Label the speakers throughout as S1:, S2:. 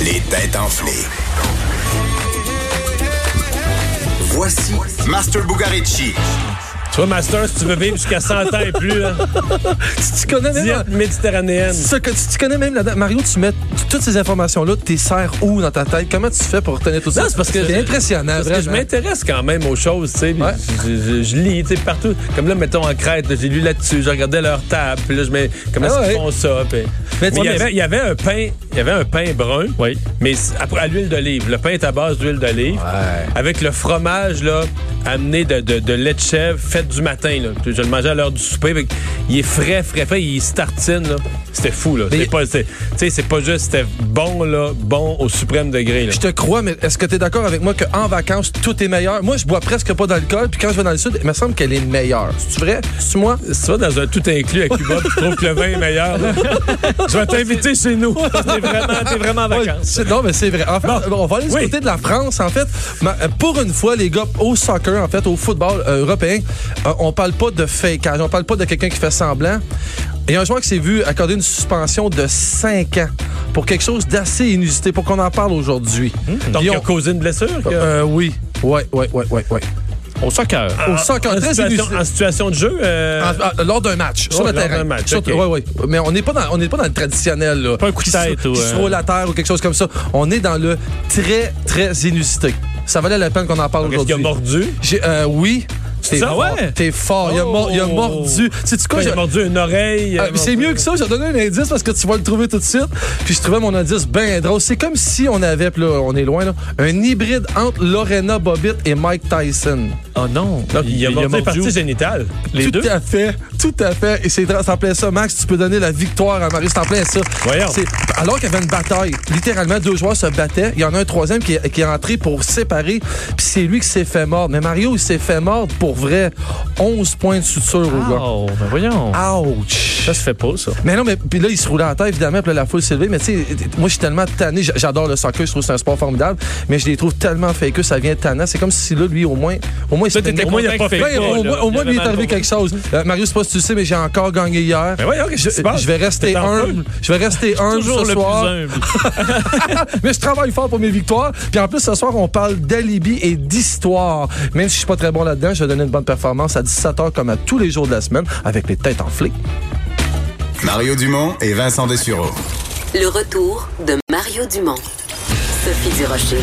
S1: Les têtes enflées. Voici Master Bugarici.
S2: Tu vois, Master, si tu veux vivre jusqu'à 100 ans et plus, hein,
S3: Tu, tu connais même.
S2: diète méditerranéenne.
S3: Ce que tu, tu connais même là-dedans. Mario, tu mets t- toutes ces informations-là, tu les serres où dans ta tête? Comment tu fais pour retenir tout ça?
S2: Non, c'est parce que
S3: c'est
S2: je-
S3: impressionnant.
S2: Parce que je
S3: vraiment.
S2: m'intéresse quand même aux choses, tu sais. puis
S3: Ouais.
S2: Je, je- je lis, tu sais, partout. Comme là, mettons en Crète, là, j'ai lu là-dessus, j'ai regardé leur table, puis là, je mets comment
S3: Ah
S2: est-ce qu'ils
S3: ouais.
S2: font ça. puis- Mais
S3: Mais tu-
S2: il y
S3: mais-
S2: avait- il y avait un pain, il y avait un pain brun,
S4: Oui.
S2: mais c'est- après à l'huile d'olive. Le pain est à base d'huile d'olive, avec le fromage là amené de, de- de lait de chèvre fait du matin. Là. Je le mangeais à l'heure du souper. fait que il est frais, frais, frais. Il se tartine. là. C'était fou. là.
S3: Mais-
S2: C'est pas, c'est- tu sais, c'est pas juste, c'était bon, là, bon au suprême degré. là.
S3: Je te crois, mais est-ce que tu es d'accord avec moi qu'en vacances, tout est meilleur? Moi, je bois presque pas d'alcool, puis quand je vais dans le sud, il me semble qu'elle est meilleure. C'est vrai? C'est moi?
S2: Si tu vas dans un tout inclus à Cuba, puis tu trouves que le vin est meilleur, là, je vais t'inviter chez nous. T'es vraiment, t'es vraiment en vacances.
S3: C'est- Non, mais c'est vrai. En fait, on va aller du
S2: Oui.
S3: côté de la France. En fait, Ma- euh, pour une fois, les gars, au soccer, en fait, au football euh, européen, euh, on parle pas de fakeage. On parle pas de quelqu'un qui fait semblant. Il y a un joueur qui s'est vu accorder une suspension de 5 ans pour quelque chose d'assez inusité, pour qu'on en parle aujourd'hui.
S2: Hmm. Donc,
S3: Ils
S2: il a
S3: ont-
S2: causé une blessure. que-
S3: Euh, oui. Oui, oui, oui, oui, oui.
S4: Au soccer.
S3: Au soccer,
S2: en,
S3: très
S2: situation,
S3: inusité.
S2: en situation de jeu, euh,
S3: En- ah, lors d'un match, sur
S2: Oh,
S3: le
S2: lors
S3: terrain.
S2: d'un match,
S3: Sur-
S2: ok.
S3: ouais, ouais. Mais on n'est pas dans, on n'est pas dans le traditionnel là.
S4: Pas un coup de
S3: Qui
S4: tête
S3: se-
S4: ou,
S3: qui se
S4: euh,
S3: roule à terre ou quelque chose comme ça. On est dans le très très inusité. Ça valait la peine qu'on en parle
S2: est-ce qu'il a
S3: aujourd'hui.
S2: mordu?
S3: J'ai- euh, oui. T'es
S2: ça,
S3: fort.
S2: ouais?
S3: T'es fort. Il, a mor- il a
S2: Oh.
S3: mordu. Sais-tu quoi?
S2: il
S3: je-
S2: a mordu une oreille.
S3: ah,
S2: euh,
S3: mais c'est mieux que ça, j'ai donné un indice parce que tu vas le trouver tout de suite. Puis je trouvais mon indice bien drôle. C'est comme si on avait, puis là, on est loin, là, un hybride entre Lorena Bobbitt et Mike Tyson.
S4: Oh non.
S2: Donc, il, a mordu les
S4: où?
S2: parties génitales.
S4: les
S3: tout
S4: deux.
S3: à fait, tout à fait. Et c'est dra- c'est en plein ça, Max. Tu peux donner la victoire à Marie. C'est en plein ça.
S2: Voyons.
S3: C'est- Alors qu'il y avait une bataille, littéralement, deux joueurs se battaient. Il y en a un troisième qui est, qui est entré pour séparer. Puis c'est lui qui s'est fait mordre. Mais Mario, il s'est fait mordre pour vrai. 11 points de suture
S4: Oh, ben voyons.
S3: au gars. Ouch!
S4: Ça se fait pas, ça.
S3: Mais non, mais puis là, il se roulait en terre, évidemment, puis là, la foule s'est levée. Mais tu sais, moi, je suis tellement tanné. J- J'adore le soccer, je trouve que c'est un sport formidable. Mais je les trouve tellement fake que ça vient tannant. C'est comme si là, lui, au moins, au moins, il se
S2: Toi, t'étais
S3: fait-
S4: Au moins, il a
S2: content
S4: pas
S2: qu'il
S4: fait
S3: Ouais,
S2: pas,
S4: quoi,
S3: au
S4: là.
S3: moins, au moins,
S4: Il
S3: lui est
S4: avait
S3: arrivé
S4: mal
S3: quelque chose. Euh, Mario, c'est pas si tu le sais, mais j'ai encore gagné hier.
S2: Mais voyons, qu'est-ce qui se passe?
S3: Je vais rester
S2: T'es en
S3: humble.
S2: feu?
S3: Je vais rester humble ce
S4: Toujours le
S3: soir.
S4: plus humble.
S3: mais je travaille fort pour mes victoires. Puis en plus, ce soir, on parle d'alibi et d'histoire. Même si je suis pas très bon là-dedans, je vais donner une bonne performance à 17h comme à tous les jours de la semaine avec les têtes enflées.
S1: Mario Dumont et Vincent Dessureau.
S5: Le retour de Mario Dumont. Sophie Durocher.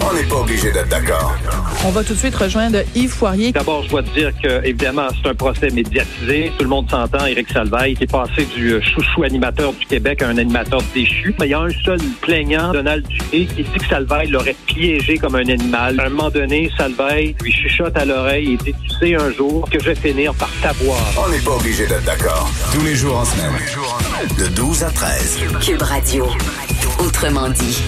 S1: On n'est pas obligé d'être d'accord.
S6: On va tout de suite rejoindre Yves Foirier.
S7: D'abord, je dois te dire que, évidemment, c'est un procès médiatisé. Tout le monde s'entend. Éric Salvaille qui est passé du euh, chouchou animateur du Québec à un animateur déchu. Mais il y a un seul plaignant, Donald Duquet, qui dit que Salvaille l'aurait piégé comme un animal. À un moment donné, Salvaille lui chuchote à l'oreille et dit Tu sais un jour que je vais finir par t'avoir.
S1: On n'est pas obligé d'être d'accord. Tous les jours en semaine. De 12 à 13.
S5: Cube Radio. Autrement dit.